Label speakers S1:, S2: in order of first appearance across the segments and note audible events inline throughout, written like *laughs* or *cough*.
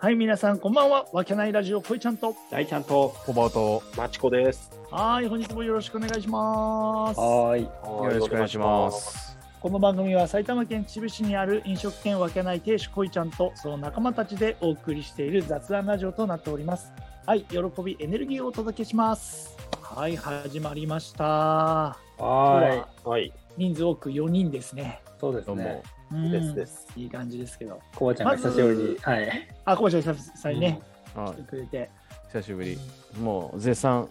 S1: はい、皆さん、こんばんは。わけないラジオ、こいちゃんと。
S2: 大ちゃんと
S3: コバと
S4: マチコです。
S1: はい、本日もよろしくお願いします。
S2: はーい
S4: よ
S3: よろしくお願いしま。す。
S1: この番組は埼玉県秩父市にある飲食店わけない亭主こいちゃんとその仲間たちでお送りしている雑談ラジオとなっております。はい、喜び、エネルギーをお届けします。はい、始まりました。
S2: は
S4: はい、
S1: 人数多く4人ですね。
S2: ーいそうです
S3: どう
S2: ね
S3: も。
S1: うん
S4: ですです。
S1: いい感じですけど。
S2: コバちゃんが久しぶりに、
S1: まず
S2: はい
S1: あ、こうちゃん久々にね、
S3: は
S1: 来てくれて。
S3: い、久しぶり。もう絶賛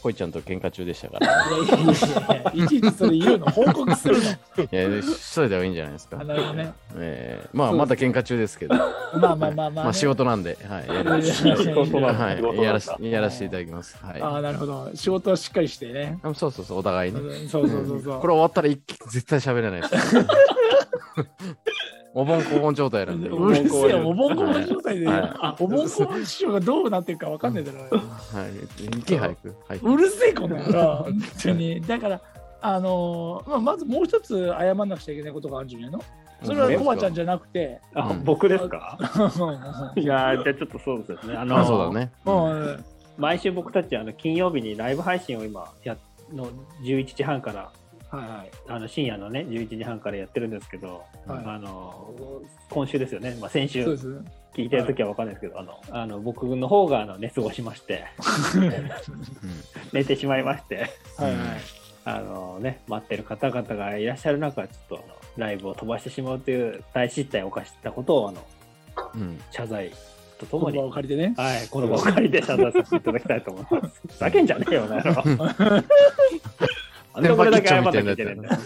S3: こいちゃんと喧嘩中でした
S1: *laughs*
S3: から、
S1: いやいやいやいやいちいちそれ言うの、報告するの。
S3: いやしといた方がいいんじゃないですか
S1: あ。なるほどね。
S3: えー、まあまた喧嘩中ですけど、
S1: まあまあまあまあ、
S3: まあ仕事なんで、はい、や
S1: いやい *laughs*
S3: る
S1: やいや
S4: 仕事なんだ
S3: は
S4: 仕事なん
S3: い、
S4: だ
S3: やらしやらせていただきます。はい。
S1: あ
S3: あ
S1: あ、なるほど。仕事はしっかりしてね。
S3: そうそうそうお互いね。
S1: そうそうそうそう。
S3: これ終わったら一気絶対喋れない
S1: *laughs*
S3: です。お盆高温状態なんで。
S1: うるせえよ、お盆こ
S3: は
S1: ぼ
S3: い
S1: し状態で、
S3: はい
S1: あお盆こぼし師匠がどうなってるかわかんないだろうよ。
S3: はい。行け早く。はい。
S1: うるせえ、この野郎。本当に。だから、あのーまあ、まずもう一つ謝んなくちゃいけないことがあるんじゃないのそれはコバちゃんじゃなくて、
S3: う
S4: あ
S3: ん、
S4: 僕ですか。
S1: う
S4: いやー、じゃあちょっとそうですね。あ
S3: あ、
S4: の、
S3: そうだね。
S1: んうん
S4: 毎週僕たちあの金曜日にライブ配信を今やの11時半から
S1: はいはい。
S4: あの深夜のね11時半からやってるんですけど、
S1: はい
S4: あの今週ですよね。まあ先
S1: そうで
S4: 週
S1: すね。
S4: 聞いてる時はわかんないですけど、あのあの僕の方があの寝過ごしま
S3: *laughs*
S4: して寝てしまいまして。
S1: はいはい。
S4: あのね、待ってる方々がいらっしゃる中、ちょっとあのライブを飛ばしてしまうという大失態を犯したことをあの
S3: うん。うん
S4: 謝罪ととも
S1: 言
S4: に
S1: 葉、を借りてね。
S4: はい、この場を借りて謝罪させていただきたいと思い
S1: *laughs*
S4: ます。ふざけんじゃねえよ、なの。あんで俺だけ謝んなきゃいけ *laughs* ないんだよ。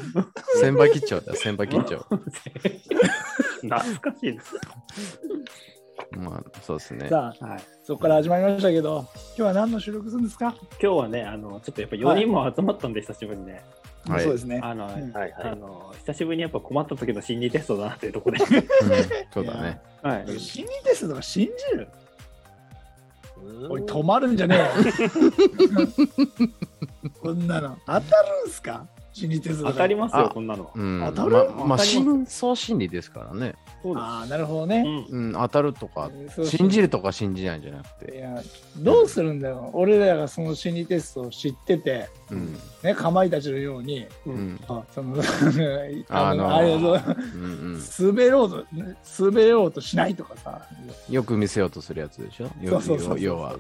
S3: 先輩切っちゃうだ、先輩切っちゃ
S1: *laughs*
S3: う。
S4: 懐かしいです。
S3: まあ、そうですね。
S1: さあ、
S4: はい、
S1: そこから始まりましたけど、今日は何の収録するんですか、
S4: 今日はね、あのちょっとやっぱ4人も集まったんで、久しぶりにね。
S3: はい
S1: そうですね。
S4: あの、
S1: うん
S4: はいあの久しぶりにやっぱ困った時の心理テストだなというところで。
S3: うんそうだね。
S4: はい
S1: 心理テストとか信じるおい、
S4: と
S1: 止まるんじゃねえよ。こんなの。当たるんすか心理テストと
S4: 当
S1: か
S4: たりますよ
S3: あ、
S4: こんなの。
S3: うん、
S1: 当
S3: ま
S1: たる
S3: まあ、真相心理ですからね。
S4: そうです
S1: ああ、なるほど
S4: う
S1: ね。
S4: ん
S3: うん、当たるとか、
S1: そう
S3: 信じるとか信じないんじゃなく
S1: い
S3: て。
S1: や、どうするんだよ。俺らがその心理テストを知ってて、
S3: うん、
S1: ね、かまいたちのように、
S4: う
S3: うんん、
S1: あその、
S3: あ
S1: あ
S3: の
S1: の、あれそう
S3: うん、うん。
S1: 滑ろうと、滑ろうとしないとかさ。
S3: よく見せようとするやつでし
S1: *laughs*
S3: ょ
S1: そ
S3: 要
S1: うそうそうそう。
S3: 要は。い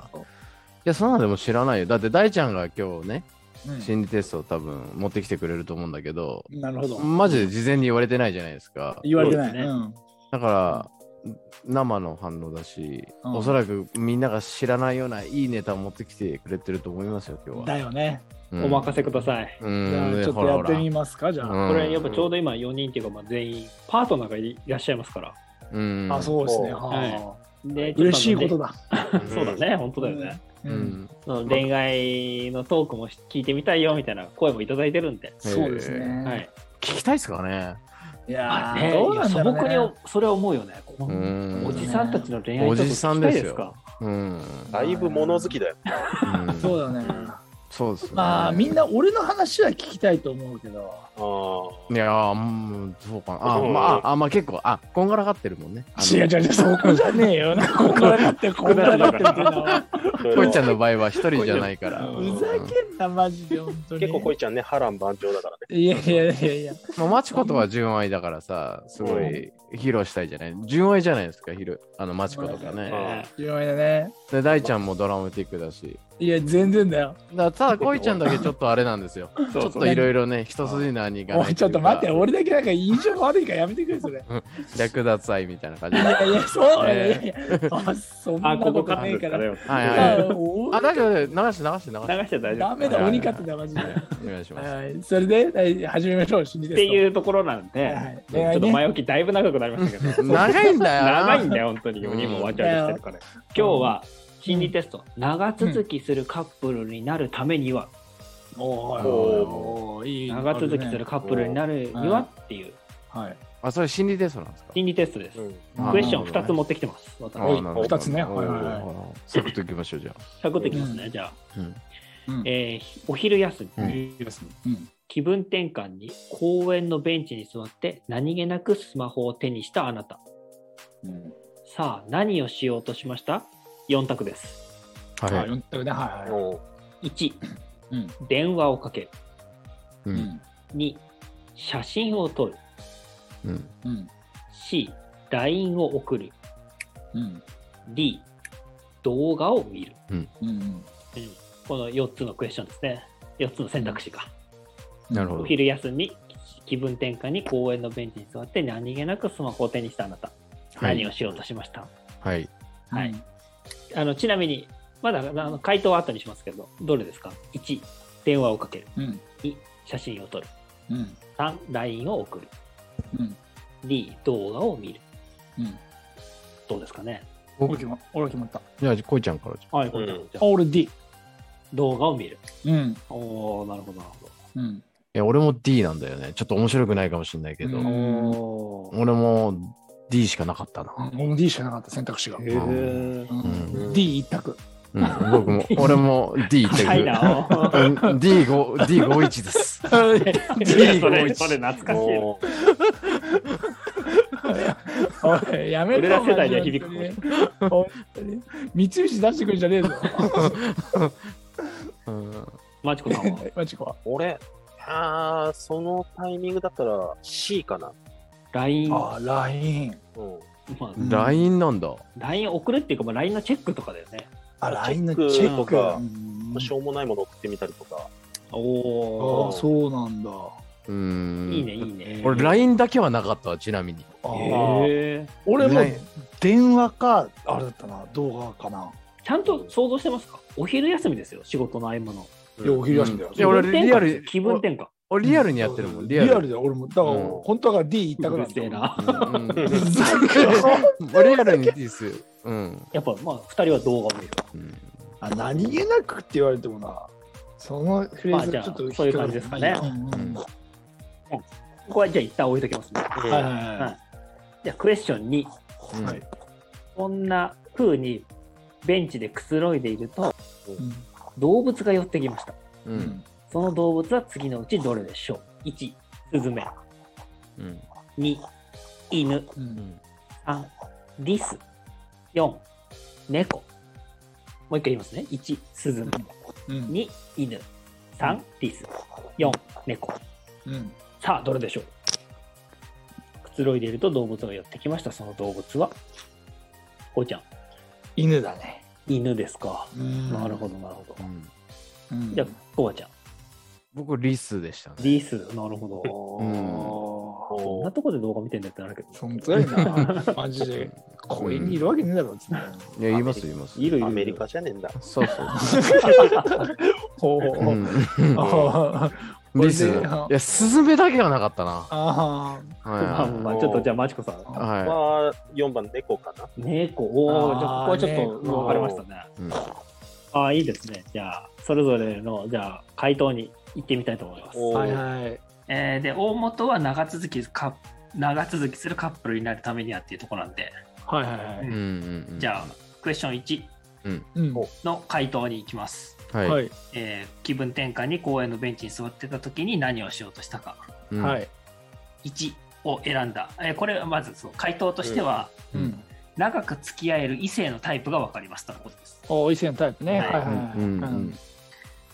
S3: や、そんなのでも知らないよ。だって大ちゃんが今日ね、
S1: うん
S3: 心理テストを多分持ってきてくれると思うんだけど、
S1: なるほど。
S3: マジで事前に言われてないじゃないですか。
S1: 言われてない。
S4: そうですね
S1: うん
S3: だから生の反応だし、
S1: うん
S3: おそらくみんなが知らないようないいネタを持ってきてくれてると思いますよ今日は。
S1: だよね。
S3: うん
S4: お任せください。
S3: う
S1: じ
S3: ん
S1: ゃあ
S3: ね
S1: ちょっ
S3: ほ
S1: と
S3: ら
S1: や
S3: ほ
S1: っ
S3: ら
S1: てみますか、じゃあ。
S3: うん
S4: これやっぱちょうど今4人っていうかまあ全員パートナーがいらっしゃいますから。
S3: うん
S1: あ、そうですね。
S4: うん
S1: は
S4: で
S1: い。嬉しいこと
S4: だ。
S1: だ。
S4: そうだね、本当だよね。
S1: う。
S3: うんん
S4: その恋愛のトークも聞いてみたいよみたいな声もいただいてるんで。
S1: そうです
S3: へー
S1: ね。
S4: はい。
S3: 聞きたいですかね
S1: いやー、
S4: ね
S1: どうなんだろう
S4: いや素
S1: ね。
S4: 朴にそれは思うよね。こ
S3: うん
S4: のおじさんたちの恋愛トーク
S3: おじさん
S4: 聞きた
S3: で
S4: い
S3: すよ
S4: ですか。
S3: うん、
S1: だいぶ物好き
S4: だよ。
S3: うん
S1: そうだね。
S3: そうですね
S1: まあ、みんな俺の話は聞きたいと思うけど。
S3: いやーうんそうかなあ、まああまあ結構あこんがらがってるもんねあの
S1: 違う違う違う、そこじゃねえ *laughs* よな。ここだって、ここだってっていうのは。
S3: こいちゃんの場合は一人じゃないから
S4: こ
S1: ふ
S4: い
S1: ざけんな、マジで、本当に。
S5: 結構こいちゃんね波乱万丈だからね
S1: いやいやいやいや。
S3: まあ、マチコとは純愛だからさ、すごい披露したいじゃない。純愛じゃないですか、披露あのマチコとかね。
S4: ね
S1: 強いだね。
S3: で、大ちゃんもドラムティックだし。
S1: いや、全然だよ。
S3: だから
S1: *laughs*
S3: ただ、恋ちゃんだけちょっとあれなんですよ。ちょっといろいろね、一筋の兄が
S1: お
S3: ない
S1: い
S3: いうか。
S1: ちょっと待って、俺だけなんか印象悪いからやめてくれ、それ。
S3: 略奪愛みたいな感じ。
S1: い *laughs*
S3: は
S1: や
S3: い
S1: いや、そう、い
S3: ね
S1: やいや、あ、そんな
S4: あ、こ
S1: こ
S4: ことカ
S1: ね
S4: ッ
S1: え
S4: ト
S1: か
S4: だ
S1: ら。
S4: よ。
S3: はい。
S1: あお
S3: あ、大丈夫、流して流して流して。
S4: 流して大丈夫。
S1: ダメ
S3: は
S1: だ、
S3: い
S1: 鬼カットだ、マジで。
S3: お願いします。
S1: はい、それで、はい始めましょう、心理テ
S4: っ
S1: スト。
S4: ていうところなんで、
S1: はい
S4: ちょっと前置きだいぶ長くなりましたけど。
S3: 長い
S1: *laughs*
S3: んだよな。
S4: 長いんだよ、本当に。4人もわちゃわちゃしてるから。今日は心理テスト。長続きするカップルになるためには、
S1: おーおー、いいね。
S4: 長続きするカップルになるにはっていう
S1: はい。
S3: あ、それ心理テストなんですか
S4: 心理テストです。
S3: うん
S4: クエスチョン2つ持ってきてます。
S3: あ
S4: 私
S3: なるほど
S1: 二つね
S3: なるほ
S1: は
S3: ど
S1: いはいはい
S3: なるほどサクッといきましょう、じゃ
S4: サクッといきますね、じゃあ。
S3: うん
S1: うん
S4: えーお昼休み、
S3: うん
S1: うん
S4: 気分転換に公園のベンチに座って何気なくスマホを手にしたあなた。さあ、何をしようとしました ?4 択です。
S1: あ
S3: はい。
S1: 4択ねはいは
S5: おう
S4: 1、
S1: いうん
S4: 電話をかける。
S3: う。
S1: うんん
S4: 2、写真を撮る。
S3: うん。
S1: うん
S4: C、LINE を送る。
S1: うん
S4: D、動画を見る。
S1: うん
S4: この4つのクエスチョンですね。4つの選択肢か。
S3: なるほど
S4: お昼休み、気分転換に公園のベンチに座って何気なくスマホを手にしたあなた。
S3: は
S4: 何
S3: い。
S4: をしようとしました
S3: はい。
S4: はい
S1: うん
S4: あのちなみに、まだあの回答は後にしますけど、どれですか ?1、電話をかける。
S1: うん
S4: 2、写真を撮る。
S1: うん
S4: 3、LINE を送る。
S1: うん
S4: D、動画を見る。
S1: うん
S4: どうですかね
S1: 俺決ま俺決まった
S3: じゃあ、こいちゃんからじ
S4: はい、
S5: これ
S4: じ
S5: じ
S4: ゃ
S1: あ
S5: ゃ
S1: 俺 D
S4: 動画を見る。
S1: うん
S4: おおなるほど、なるほ
S1: うん
S3: ゃん。いや、俺も D なんだよね。ちょっと面白くないかもしれないけど
S1: う
S4: ど。。
S1: ん
S4: おー
S3: 俺も D しかなかったな。
S1: 俺も D しかなかった選択肢が
S3: へ
S4: ー
S1: うん
S5: うん
S1: D 一択
S3: うん、僕も、俺も D って
S4: 高いな。
S3: D5、D51 です。
S4: *laughs* そ
S3: れ
S4: それ
S3: そ
S4: それ懐かしい。
S5: おう
S1: おいやめ
S4: 俺ら世代には響く
S1: く本当に三菱出してくるんじゃねえぞ
S3: うん
S4: マチコさんは。
S1: マジか
S5: 俺、あー、そのタイミングだったら C かな。
S4: LINE、ま
S1: あ LINE
S5: うん。
S4: あ、
S1: ん
S3: LINE なんだ。
S4: LINE 送るっていうか、まあ、LINE のチェックとかだよね。
S1: あ LINE のチ
S5: チェック
S1: ェッ
S5: と
S1: ク
S5: か
S1: うん
S5: しょうもないもの送ってみたりとか。
S1: あ
S4: お
S1: あ
S4: お。
S1: そうなんだ
S3: うん。
S4: いいね、いいね。
S3: 俺、LINE だけはなかったわ、ちなみに。
S1: あー
S4: へー
S1: 俺も
S3: LINE
S1: 電話かあれだったな動画かな
S4: ちゃんと想像してますかお昼休みですよ、仕事の合間の。
S5: うん
S1: いやお昼休みだよ
S3: いや俺リアル
S4: 気分転換。
S3: 俺、リアルにやってるもん、リ
S1: リ
S3: アル。
S1: アルだよ俺もだから
S3: うん
S1: 本当だから D 一
S4: う
S1: 択な
S4: る
S1: ん
S4: せ
S1: だ
S4: え
S1: よ
S4: な。
S3: うんうん
S1: ふざけろ
S3: 俺リアルに D する。うん。
S4: やっぱ、まあ、二人は動画を見る。
S3: うん
S1: *laughs* あ何気なくって言われてもなそのフレーズ
S4: まあ
S1: ちょっ
S4: じ
S1: と
S4: ゃあそういう感じですかね
S1: うんうんは
S4: ここはじゃあ一旦置いときますね。
S1: いはいは
S4: はいじゃあ、クエスチョン2。
S1: いは
S3: はいい
S4: こんな風にベンチでくつろいでいると、
S1: うん
S4: 動物が寄ってきました。
S3: う。
S1: うんん
S4: その動物は次のうちどれでしょう ?1、スズメ。
S3: うん。
S4: 2、犬。
S1: う
S3: うんん
S4: 3、リス。4、猫。もう一回言いますね。1、スズメ。
S1: うん
S4: 2、犬。3、リス。4、猫。
S1: うん
S4: さあ、どれでしょうくつろいでいると動物が寄ってきました。その動物はこうちゃん、
S1: 犬だね
S4: 犬ですか。な
S1: な
S4: るほど、なるほど
S3: う。ん
S1: うん
S4: じゃあ、こうちゃん、
S3: 僕、リスでしたね。
S4: リス、なるほど。
S1: あ
S4: こん
S5: お
S4: な
S5: う
S4: とこで動画見てんだってなるけど
S1: ー。そんつらいなマジで公園にいるわけねえだろっつって
S3: いや、言います、言います。
S4: いるいるいる
S5: アメリカじゃねえんだ。
S3: そうそう。
S1: ほう
S3: う
S1: ほうんあー
S3: リス。い
S1: これであ
S3: や、スズメだけはなかったな。
S1: あ
S4: まあまあ
S3: は
S4: ちょっとじゃあ、マチコさん。
S3: い。は
S5: まあ、4番猫かな。
S4: 猫、おお、
S1: あー
S4: じゃあ、ここはちょっと
S1: 猫
S4: 分かれましたね。
S3: い。うん
S4: ああ、いいですね。じゃあ、それぞれの、じゃあ、回答に行ってみたいと思います。
S1: ー
S5: お
S1: はい
S5: ー
S1: はい
S4: えーで、大元は長続きか、長続きするカップルになるためにはっていうところなんで、
S1: はいはいはい
S3: うんうんうん
S4: じゃあ、クエスチョン1
S1: うん
S5: お
S4: の回答に行きます。
S3: はい。
S1: はい
S4: えー気分転換に公園のベンチに座ってた時に何をしようとしたか。
S3: うん
S1: は。い
S4: 1を選んだ。えーこれはまず、そう回答としては、
S1: う
S3: うんん
S4: 長く付き合える異性のタイプが分かりますとのことです。
S1: おー異性のタイプねは
S4: はいい
S1: はいはい
S3: うんう
S1: うん
S3: ん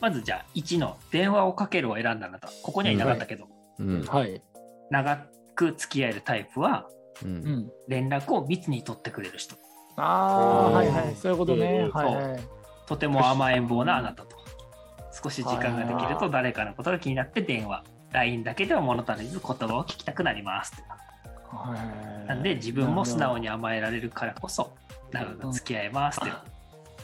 S4: まずじゃあ1の電話をかけるを選んだあなた。ここにはいなかったけど、
S3: うん
S1: はい
S4: 長く付き合えるタイプは
S3: う
S1: うんん
S4: 連絡を密に取ってくれる人。
S1: ああ
S5: うん
S1: はいはいそういうこと
S5: う
S1: ね
S5: ん
S1: はいはい
S4: とても甘えん坊なあなたと。少し時間ができ
S1: は
S4: ると誰かのことが気になって電話。LINE だけでは物足りず言葉を聞きたくなりますと。
S1: はい
S4: なんで自分も素直に甘えられるからこそ長く付き合えますって。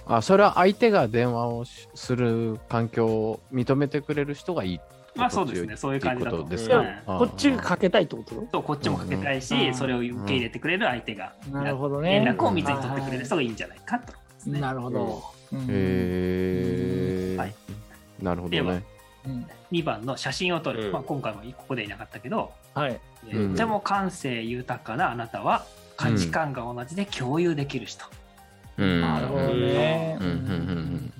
S3: あそれは相手が電話をしする環境を認めてくれる人がいい
S4: まあそうですね、そういう感じだと
S3: っていうことです
S1: い
S5: ね
S4: うん
S1: やこっちがかけたいってこと
S4: そうこっちもかけたい
S1: うんう
S4: し、
S1: ん
S4: それを受け入れてくれる相手が、
S1: なるほどね
S4: 連絡を密に取ってくれる人がいいんじゃないかとのことですね。
S1: なるほどうん
S3: へ
S4: はい
S3: えなるほどね
S1: うん
S4: 2番の写真を撮る、
S5: うん
S4: まあ、今回もここでいなかったけど、
S1: はい
S3: うん
S4: とても感性豊かなあなたは価値観が同じで共有できる人、
S3: うん
S1: なるほどね
S3: うんうんう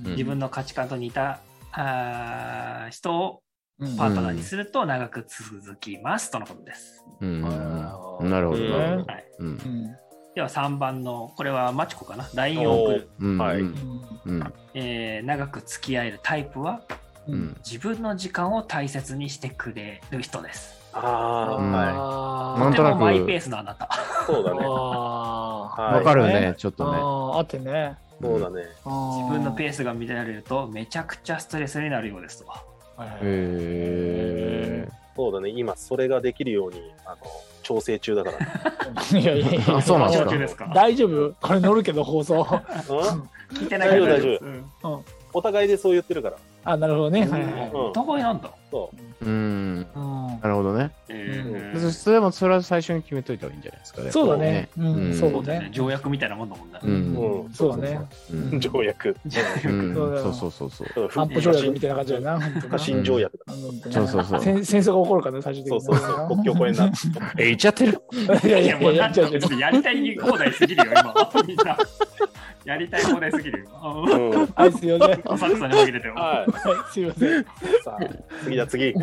S3: んうん
S4: 自分の価値観と似たあー人を
S1: うん
S4: パートナーにすると長く続きますとのことです。
S3: うんうんうんなるほど
S5: うん
S3: ね
S4: はい、
S3: うん
S1: うん
S4: では3番の、これはマチコかな。LINE を送る。
S3: うん
S6: はい
S3: うん
S1: うん
S3: うん
S4: えー長く付き合えるタイプは、
S3: う
S1: うんん
S4: 自分の時間を大切にしてくれる人です。
S5: あ
S3: うん
S5: あ、
S1: あ
S5: は
S1: ー
S3: な
S4: と
S3: ん
S4: て
S3: とな
S4: も
S3: く
S4: マイペースのあなた。
S5: い。そうだ
S1: あ
S5: ね。
S1: ー
S5: は
S3: わ
S5: い。
S3: かる
S1: は
S3: ね
S1: い、
S3: ちょっとね。
S1: あーあってね
S5: そうだね。
S4: 自分のペ
S1: ー
S4: ースが乱れると、めちゃくちゃストレスになるようですと。
S3: へ
S5: そうだね。今、それができるように、あの、調整中だから。
S1: スいやいやい
S3: あ
S1: や
S3: そうなんですか
S4: 中ですか
S1: 大丈夫これ乗るけど放送
S5: うん
S4: 聞いてないから
S5: 大丈夫大
S4: 夫。うん
S5: お互いでそう言ってるから。
S1: あなるほどねはいは
S5: う
S1: い
S5: ん
S4: お互いなんだ。
S5: そう。
S3: え。うん。
S1: うん
S3: なるほどね。
S4: え
S3: そそれもそれは最初に決めといた方がいいんじゃないですかね。
S1: そうだね
S3: こ
S1: うん
S3: ん
S1: そう
S4: そうだよね。条約みたいなもんだもんね。
S3: うん。
S5: うん
S1: そうだね。
S3: *laughs* うん
S5: 条約。
S3: うん
S1: そうだよ
S3: そうそうそうそう。
S5: そう
S1: 安保条約みたいな感じだよな本当
S5: 不
S1: な
S5: 信条約だ。
S1: うん
S3: そうそうそう
S1: 戦戦争が起こるからね最終的
S5: そう
S1: に
S5: そうそう。国境越えになって。
S3: え、いっちゃってる
S1: いやい
S4: い
S1: や
S4: や
S1: いや
S4: もう
S1: いや
S4: なん
S1: 違
S4: か
S1: う違
S4: ち
S1: う
S4: ょっとやりたい放題すぎるよ、今。みんな。やりたい放題すぎるよ。うん
S5: うん
S1: はいすいません
S4: 浅草に紛れても。
S5: はい。
S1: はいすいません
S5: さあ、次だ、次。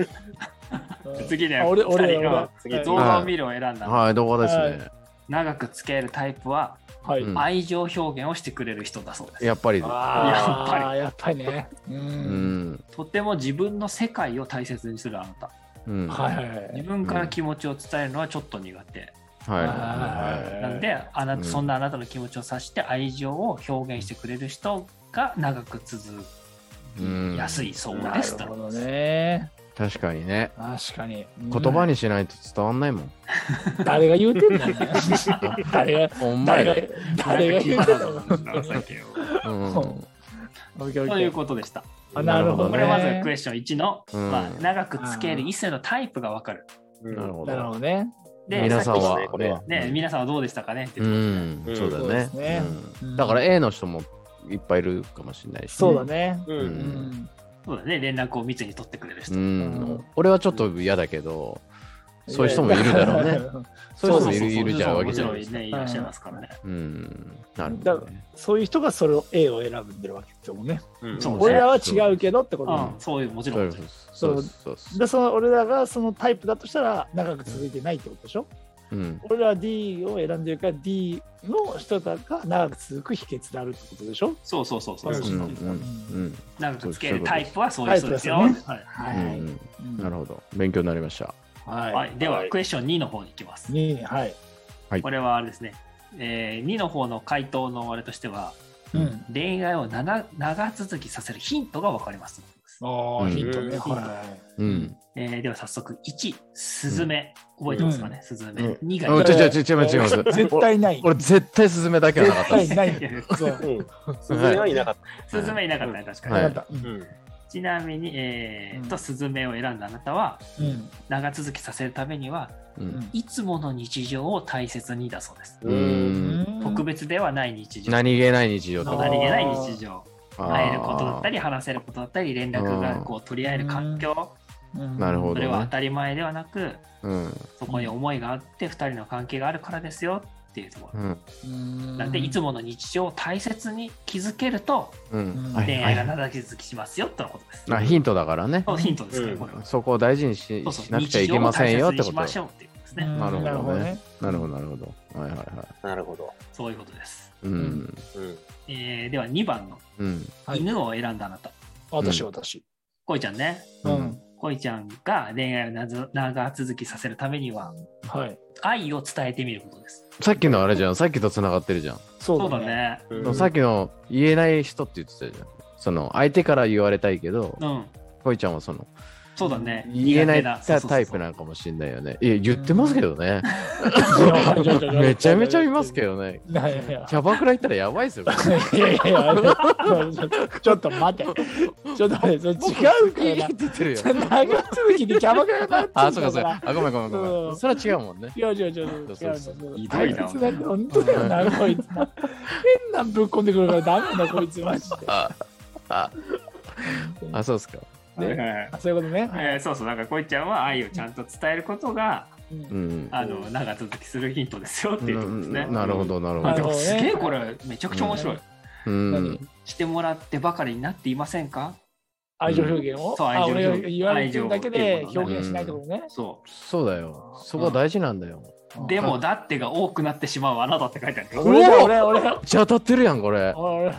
S4: 次ね、
S1: あ俺
S4: 二
S1: 俺
S4: 人が
S5: 次、
S1: はい
S5: 次
S4: 動。画を見るを選んだ。
S3: はい、動画ですね。
S4: 長く付き合えるタイプは、
S1: はい
S3: うん
S4: 愛情表現をしてくれる人だそうです。
S3: やっぱり。
S1: あ
S4: やっぱ
S1: *laughs* あやっぱりねう
S3: うんん。
S4: とても自分の世界を大切にするあなた。
S3: うん。
S1: はい
S3: い。
S1: はいはい
S4: 自分から気持ちを伝えるのはちょっと苦手。
S3: はい。
S1: は
S3: はい
S4: なんで、あなた
S3: うん
S4: そんなあなたの気持ちを察して愛情を表現してくれる人が長く続
S3: うん
S4: きやすいそう
S1: な
S4: で
S1: る
S4: すと。
S1: ほどね
S3: い。確かにね。
S1: 確かに
S3: 言葉にしないと伝わんないもん。
S1: 誰が言うてんだね誰が
S3: ほんま
S1: 誰
S3: や
S1: が。誰が言うてんだ
S4: お酒を
S3: う
S4: *laughs*
S3: ん。
S4: ということでした。
S1: あなるほど、ね、
S4: これまずクエスチョン1の、
S3: うん
S4: まあ、長く付き合える異性のタイプが分かる。
S3: なるほ
S1: なるほ
S3: ど。
S1: どね
S4: で、
S3: 皆さ
S4: さ
S3: ん
S4: っ
S3: は
S5: さっきですねこれは
S4: きね、皆さんはどうでしたかねっていううこ
S3: ん、
S5: うん
S3: そうだ
S1: そう
S3: ね
S1: ですね
S3: うん
S1: うん
S3: だから A の人もいっぱいいるかもしれないし、
S1: そうだね
S5: う。
S3: うんん。
S4: とそうだね、連絡を密に取ってくれる人。
S3: う
S1: うんん。
S3: 俺はちょっと嫌だけど、そういう人もいるだろうね。
S1: ね
S3: そういう人
S4: そ
S3: も
S4: う
S3: い
S4: そう
S3: るいるじゃんわ
S4: も
S3: け
S4: ち
S3: じゃ
S4: ろ
S3: なんいですか。
S4: ね、いらっしゃいますからね。
S3: うん。なるほどね。
S1: *laughs* そういう人がそれを A を選んでるわけってもんね
S5: うん
S4: そうね
S1: 俺らは違うけどってこ
S4: う
S1: とね
S4: ん、そういう、もち
S3: そ
S4: ろ
S3: うんで。すそうですそうです
S1: でその俺らがそのタイプだとしたら長く続いてないってことでしょ
S3: うん。
S1: 俺らは D を選んでるから D の人が長く続く秘訣であるってことでしょ
S4: そうそうそうそう。
S1: うん
S3: うんうん
S4: 長く付き合えるタイプはそうう
S1: い
S4: いうう
S1: 人
S4: 人
S1: で
S4: ですす
S1: よ
S4: よ。
S3: う
S1: は
S3: ん。
S1: うん
S3: なるほど。勉強になりました。
S1: はい、
S4: はい、で
S5: は
S4: はいクエスチョン2の方に行きます。
S1: 2はい、
S3: い
S4: これはあれですね、えー2の方の回答のあれとしては、
S1: うん、
S4: 恋愛をなな長続きさせるヒントが分かります。
S1: ああヒントね、
S5: うん
S1: はいはい
S3: うん。
S4: えーでは早速、1、スズメ、覚えてますかね、スズメ。
S3: うん
S4: 2
S3: あ
S4: が
S3: 違う
S1: ちょ
S3: 違う違う違う違
S1: *laughs*
S3: う。
S1: 絶対ない
S3: 俺。俺絶対スズメだけはなかったで
S1: 絶
S4: *laughs*
S3: す。
S1: 対ない *laughs*
S4: やいや
S1: そう
S5: うん。鈴江はいなかっ
S4: スズメいなかったね、確かに。
S3: はい
S1: なかったう
S5: た。
S1: ん
S5: うん。
S4: ちなみに、えー
S1: うん
S4: と、スズメを選んだあなたは、
S1: うん
S4: 長続きさせるためには、
S3: うん
S4: いつもの日常を大切にだそうです。
S3: う
S5: うん。
S3: ん。
S4: 特別ではない日常。
S3: 何気ない日常とか
S4: 何気ない日常。
S3: あー
S4: 会えることだったり、話せることだったり、連絡がこう取り合える環境、
S1: うん
S3: なるほ
S4: そ
S3: ど
S4: れ
S3: ね
S4: は当たり前ではなく、
S3: うん
S4: そこに思いがあって、二人の関係があるからですよっていうとこ
S3: う
S4: ろ。
S3: ん
S1: うん
S4: なんで、いつもの日常を大切に気づけると、
S3: うん
S1: は
S3: はい
S4: 恋
S3: は
S4: 愛が
S3: い
S4: 長続きしますよってことです。
S3: あヒントだからね
S4: そうヒントですけど、これは。
S3: そこを大事にし
S4: そうそ
S3: し
S4: う
S3: なくちゃいけませんよって
S4: 日常を大
S3: こと
S4: 切にしましょうっていうことですね。
S1: うん
S3: なるほどね
S1: ね
S3: なるほどなるほどはいはいは
S5: なるほど。
S4: そういうことです。
S3: いうん
S5: う
S4: えーでは2番の
S3: うん
S1: はい
S4: 犬を選んだあなた。
S1: 私私
S4: こいちゃんね。
S1: うん、
S4: こいちゃんが恋愛をなず長続きさせるためには
S1: はい
S4: 愛を伝えてみることです。
S3: さっきのあれじゃんさっきとつながってるじゃん
S1: そ
S4: そうう
S1: だ
S4: だ
S1: ね
S4: ね。
S5: ん。
S3: さっきの言えない人って言ってたじゃんその相手から言われたいけど
S4: うん。
S3: こいちゃんはその
S4: そうだね。
S3: 言えな
S4: 苦手
S3: い
S4: そうそ
S3: タ
S4: うそう
S3: イプなのかもしれないよねいや言ってますけど
S1: *laughs*
S3: ね
S1: いやいやいや
S3: めちゃめちゃ見ますけどね
S1: いやいやいや
S3: キャバクラ行ったらやばいですよ
S1: いやいやいやちょっと待ってちょっと待ってそれ違うからな
S3: 出てるよ
S1: 長続きでキャバクラがな
S3: あ
S1: って
S3: そ
S1: んだか。
S3: うかそうからあごめんごめんごめ
S1: うん
S3: んそれは違うもんね
S1: 違う違う違う違う。
S3: そうそうそう
S1: 違う
S3: ひ
S4: どいな
S1: あつだって本当だよな、こいつな。変なぶっこんでくるからダメだな、こいつマジで。
S3: あああそうですか
S1: ね
S4: ね
S1: あそういうことね。
S4: えーそうそう、なんかこいちゃんは愛をちゃんと伝えることが、
S1: うん
S3: うん
S4: あの長続きするヒントですよっていうところですね。
S3: なるほどなるほ
S1: な
S4: で
S1: るほ
S4: も
S1: どね
S4: すげえこれめちゃくちゃ面白い。
S3: どう
S1: 何
S3: ん
S4: してもらってばかりになっていませんか
S1: 愛情表現を、
S4: そう
S1: あ
S4: 愛情表現
S1: 俺が言われてるだけで
S4: 愛情
S1: 表現しないってことね。
S4: そ
S3: そうだよそこは大事なんだよ
S1: うん
S4: でもだってが多くなってしまうあなたって書いてあるよ。
S1: 俺だ俺俺俺
S3: めっちゃ当たってるやん、これ。
S1: 俺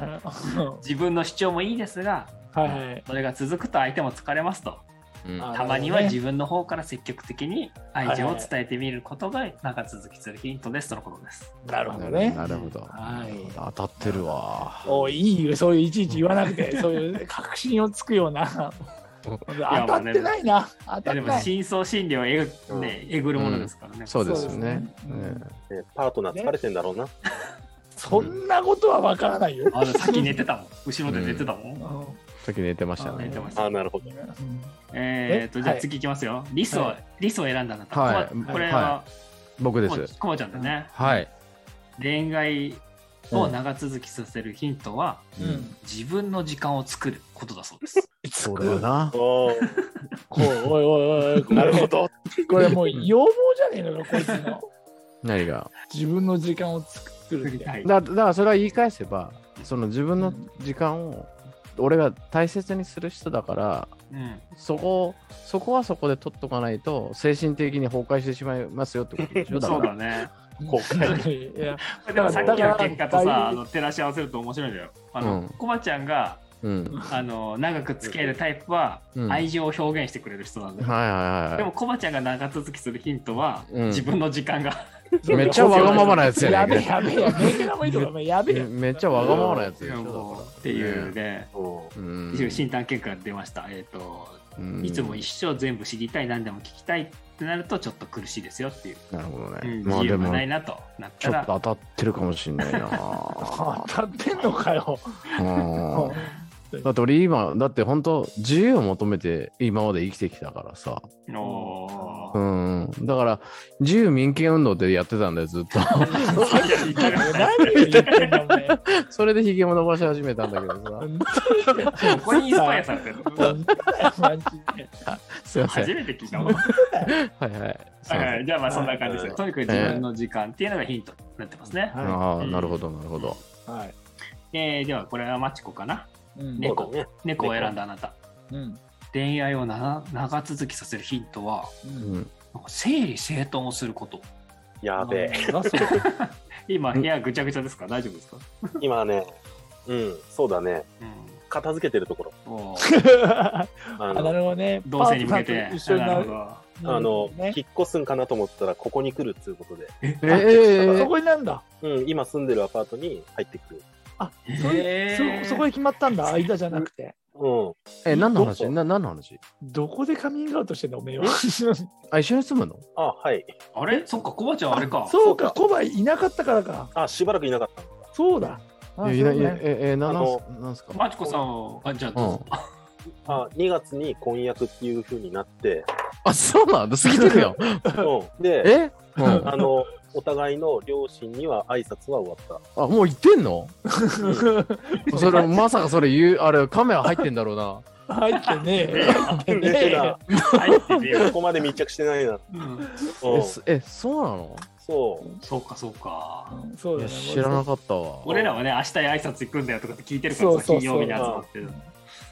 S4: 自分の主張もいいですが、
S1: はいはい
S4: それが続くと相手も疲れますと。
S3: うん
S1: あ
S4: たまには自分の方から積極的に愛情を伝えてみることが長続きするヒントですとのことです。
S1: なるほどね
S3: なるほど。
S1: はい
S3: 当たってるわ。
S1: おいいよそういういちいち言わなくてそういう確信をつくような *laughs* 当たってないな当たって
S4: でも
S1: ない
S4: 真相心理をえぐ,、ね、えぐるものですからね。
S3: そうですよね。
S1: そうですね
S5: ねパートナー疲れてんだろうな。
S1: そんなことはわからないよ
S4: あのさっき寝てたもん。後ろで寝てたもん。
S1: うん
S3: さっき寝てました
S1: うん
S4: 寝
S3: ね。
S4: てました
S5: あ。なるほど。
S4: えー、っと、
S1: え
S4: じゃあ
S1: はい
S4: 次いきますよ。リスを、
S1: は
S4: リスを選んだんだった。
S3: はい
S4: ここれは、
S3: 僕
S4: こ
S3: で。
S4: ますこまちゃんだね。
S3: はい。
S4: 恋愛を長続きさせるヒントは、
S1: うん
S4: 自分の時間を作ることだそうです。
S3: そうだよな。
S5: おー
S1: おいおいおいなるほどこれもう要望じゃねえのかこいつの
S3: 何が。
S1: 自分の時間を作るって
S4: はい
S3: だだからそれは言い返せば、その自分の時間を俺が大切にする人だから、
S4: うん
S3: そこそこはそこで取っとかないと精神的に崩壊してしまいますよってことでしょだか
S4: そう
S3: ら
S4: だね。
S1: 後悔いや
S4: でもさっきの結果と
S1: だから
S4: さ、あの照らし合わせると面白いんだよ。あ
S3: うん
S4: の、コバちゃんが、
S3: うん
S4: あの、長く付き合えるタイプは
S3: う、ん
S4: 愛情を表現してくれる人なんだよ。
S3: はいはい
S4: で
S3: は
S4: も、コバちゃんが長続きするヒントは、
S3: うん
S4: 自分の時間が。
S3: いめっちゃわがままなやつ
S1: や
S3: や
S1: べえ
S3: ね
S1: やべえやべえメンもいいとこだめやべえ
S3: め
S1: よ
S3: めっちゃわがままなやつでしょ
S4: っていうね、
S5: おー
S3: うん
S4: 一応診断結果が出ました。えっと、
S3: うん
S4: いつも一生全部知りたい、何でも聞きたいってなると、ちょっと苦しいですよっていう。
S3: なるほどね、
S4: うん
S3: ま
S4: 自
S3: あで
S4: 由が
S3: も
S4: ないなとなっ
S3: ち
S4: た
S3: ょっ
S4: ら、
S3: と当たってるかもしんないな
S1: 当たってんのかよ
S3: うんだって俺今だって本当自由を求めて今まで生きてきたからさ
S4: お
S3: う
S4: ー
S3: んだから自由民権運動ってやってたんだよず *laughs* っと
S1: *laughs* 何言ってんだお前
S3: それでひげも伸ばし始めたんだけど *laughs* さ
S1: 本
S4: ここにインスパイアされてる。
S1: 当だよマジです
S3: いません
S4: 初めて聞いたもん。は
S3: はいはいすい
S4: い
S3: ません
S4: はい、じゃあまあそんな感じですよ。とにかく自分の時間っていうのがヒントになってますね。
S1: は
S3: ああ、
S4: うん
S3: なるほど、なるほど。
S1: いはい
S4: えーではこれはマチコかな。
S1: うん
S5: そ
S4: ね
S5: うだね。
S4: 猫を選んだあなた。
S1: うん
S4: 恋愛をな長続きさせるヒントは、
S1: うん
S3: うん、
S4: なんか整理整頓をすること。
S5: やべえ。
S1: あそれ
S4: 今部屋ぐちゃぐちゃですか大丈夫ですか
S5: 今ね、うん、そうだね。
S4: う
S5: 片付けてるところ。
S4: ん。おー
S5: あ
S1: あな
S5: の、
S1: るほどね
S4: 同棲に向け
S1: パートナ
S4: て
S1: ー。と一緒に
S4: な
S1: な
S4: る
S1: る
S5: あの
S1: ね
S5: 引っ越すんかなと思ったら、ここに来るっていうことで、
S3: え
S4: ほど。
S1: そ
S3: え
S1: こになんだ
S5: うん、今住んでるアパートに入ってくる。
S1: そう
S4: へー
S1: そそこで決まったんだ間じゃなくて
S5: うん、
S3: え、何の
S5: ど
S3: 話
S5: こ
S3: な何の話
S1: どこでカミングアウトしてんだおめえは
S3: あ、一緒に住むの
S5: あ、はい。
S4: あれそっか、コバちゃんあれか。
S1: そうかコバいなかったからか
S5: あ、しばらくいなかったんだ。
S1: そうだあ
S3: え、いな
S1: そ
S3: いう
S1: だ
S3: や
S1: ね
S3: え、え、な
S5: あ
S3: なんす
S5: の
S3: なんすか
S4: マチコさんは、あじゃあどうぞ。
S5: あ、2月に婚約っていう風になって、
S3: あ、そうなんだ、過ぎてる *laughs* よ。
S5: うん、で、
S3: えうん
S5: あの、お互いの両親には挨拶は終わった。
S3: あ、もう行ってん *laughs* の
S1: うん
S3: それ、まさかそれ言う、あれ、カメラ入ってんだろうな。
S1: 入ってねえ入ってね
S5: え
S1: え
S5: ら
S4: 入ってる
S5: こ
S4: よ。
S5: こまで密着してないな。
S4: うん
S5: う
S3: え
S5: ん、
S3: そえ、そうなの
S5: そ
S4: そうか、そうか。
S1: うんそう
S3: い
S1: だ
S3: や、
S1: ね
S3: 知らなかったわ。
S4: 俺らはね、明日へ挨拶行くんだよとかって聞いてるから
S1: そう
S4: さ、
S1: そうそう
S4: 金曜日に集まって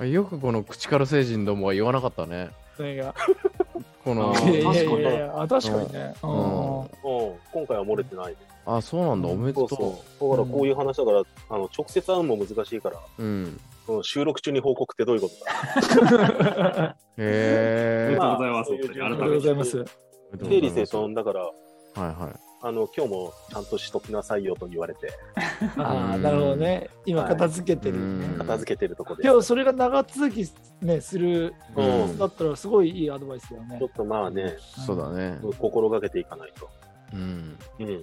S4: る。
S3: よくこの口から成人どもは言わなかったね。
S1: それが
S3: この
S4: あ、
S1: いやい
S4: ー
S1: や
S4: 確か
S1: い
S4: に
S1: やいやあ確かにね
S3: うん
S1: う。
S5: う、うん、今回は漏れてない。
S3: あ、そうなんだ、おめで
S5: そ
S3: と
S5: うそうう。だからこういう話だから、あの直接会うのも難しいから、。
S3: うん。
S5: うん、収録中に報告ってどういうことか。
S1: ありがとうござ
S4: おめで。とうございます。本当に改めて
S3: へえ
S5: まあそういう
S1: います
S5: 整理整頓だから、
S3: はいはい。
S5: あの今日もちゃんとしときなさいよと言われて、
S1: ああなるほどね今片付けてるね
S3: うん
S5: 片付けてるとこで。
S1: 今日それが長続きねする
S3: う
S5: う
S3: ん
S5: ん
S1: だったらすごいいいアドバイスだよね
S5: ちょっとまあね、
S3: そうだね。
S5: 心がけていかないと。
S3: うん。
S5: うん、
S4: ね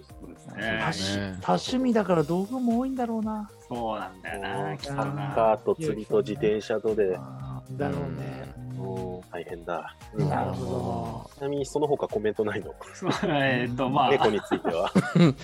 S1: 多趣多趣味だから道具も多いんだろうな
S4: そうなんだよ
S5: う
S4: な、
S5: ん
S4: きっとな。
S5: カート、釣りと自転車とで、
S1: だろうね *laughs*
S5: うん、大変だ。う
S1: なんるほ
S5: ちなみにその他コメントないの、
S4: そう *laughs* えーっと、ま
S5: 猫
S4: あ、
S5: については。
S1: うん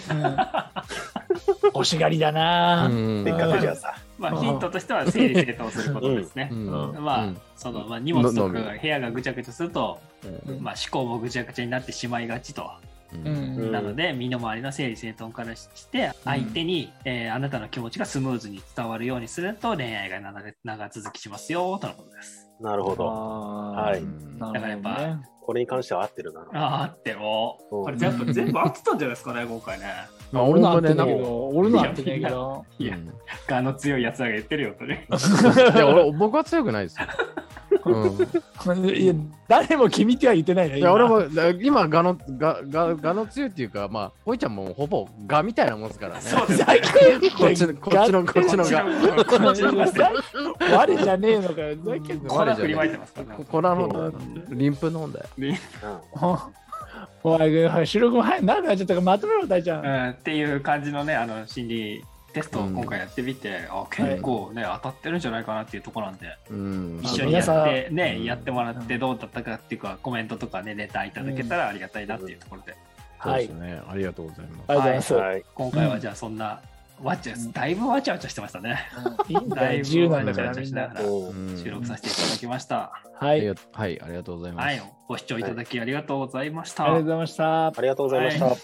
S1: 欲しがりだな
S3: うん
S5: せっかくじゃさ。
S4: まあ、ヒントとしては整理整頓することですね
S3: う。ん
S4: ま
S3: う
S4: あ
S3: ん、
S4: その、まあ、荷物と
S3: の
S4: か
S3: の
S4: が部屋がぐちゃぐちゃすると、
S1: うん
S4: まあ、思考もぐちゃぐちゃになってしまいがちと。
S1: うん
S5: うん
S4: なので、身の回りの整理整頓からして、相手に、えーあなたの気持ちがスムーズに伝わるようにすると、恋愛が長長続きしますよ、とのことです。
S5: なるほど。
S1: は
S5: は
S1: な
S5: い
S1: るほどね
S4: だからやっぱ
S5: これに関しては合ってるな。
S4: ああっても、これ全部、全部合ってたんじゃないですかね、今回ね。
S3: まあ、
S1: 俺
S3: 俺
S1: の合
S3: も
S1: って
S3: ね、な
S1: なんいけ
S3: か
S1: ど、俺の合ってないけ *laughs* ど。
S4: いや、ガの強いやつらが言ってるよ、それ。
S3: いや俺僕は強くないで
S1: *laughs*
S3: すよ。うん、
S1: いや、誰も君っては言ってないね。
S3: いや
S4: *laughs*
S3: 俺
S1: 今
S3: もだ今ガのガガガの強いっていうかまあこいちゃんもほぼガみたいなもんですからね。
S4: そうです
S1: ざけんな
S3: こっちのこっちのこっちのガ。
S4: こっちのガ。
S1: 我じゃねえのかよ。ざけんな
S4: 粉振りまいてますから
S3: こ
S4: ね。
S3: こらの方だよリンプの方だよ。
S1: おい、収録も早く長くなっちゃったから、まとめろ、大ちゃ。
S4: うんん、っていう感じのね、あの心理テストを今回やってみて、あ結構ね、当たってるんじゃないかなっていうところなんで、
S3: うん。
S4: 一緒にや
S1: あ
S4: っ
S1: 皆
S4: て、ね、
S3: うん
S4: やってもらってどうだったかっていうか、コメントとかね、レターいただけたらありがたいなっていうところで、
S3: そう
S1: は
S3: で
S1: い
S3: す。ね。ありがとうございま
S1: ありがとうございます。
S5: はい。
S4: 今回はじゃあそんな、わちゃ、だいぶわちゃわちゃしてましたね。
S1: いいん
S4: だ
S1: だよ、
S4: いぶ
S1: 自由なん
S4: わ
S1: だ
S4: ち
S1: か
S4: ゃわ
S1: ら、
S4: ちゃ
S1: み
S4: し
S1: ん
S4: な
S1: な
S4: が。ら
S5: うん
S3: す。
S4: 収録させていただきました。
S1: は。
S3: はい
S1: あり
S3: い。ありがとはいありがとうございま
S4: はい
S3: す。、
S4: ご視聴いただきありがとうございました。
S1: がとうございました。
S5: ありがとうございました。
S4: は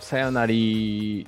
S3: さよなり。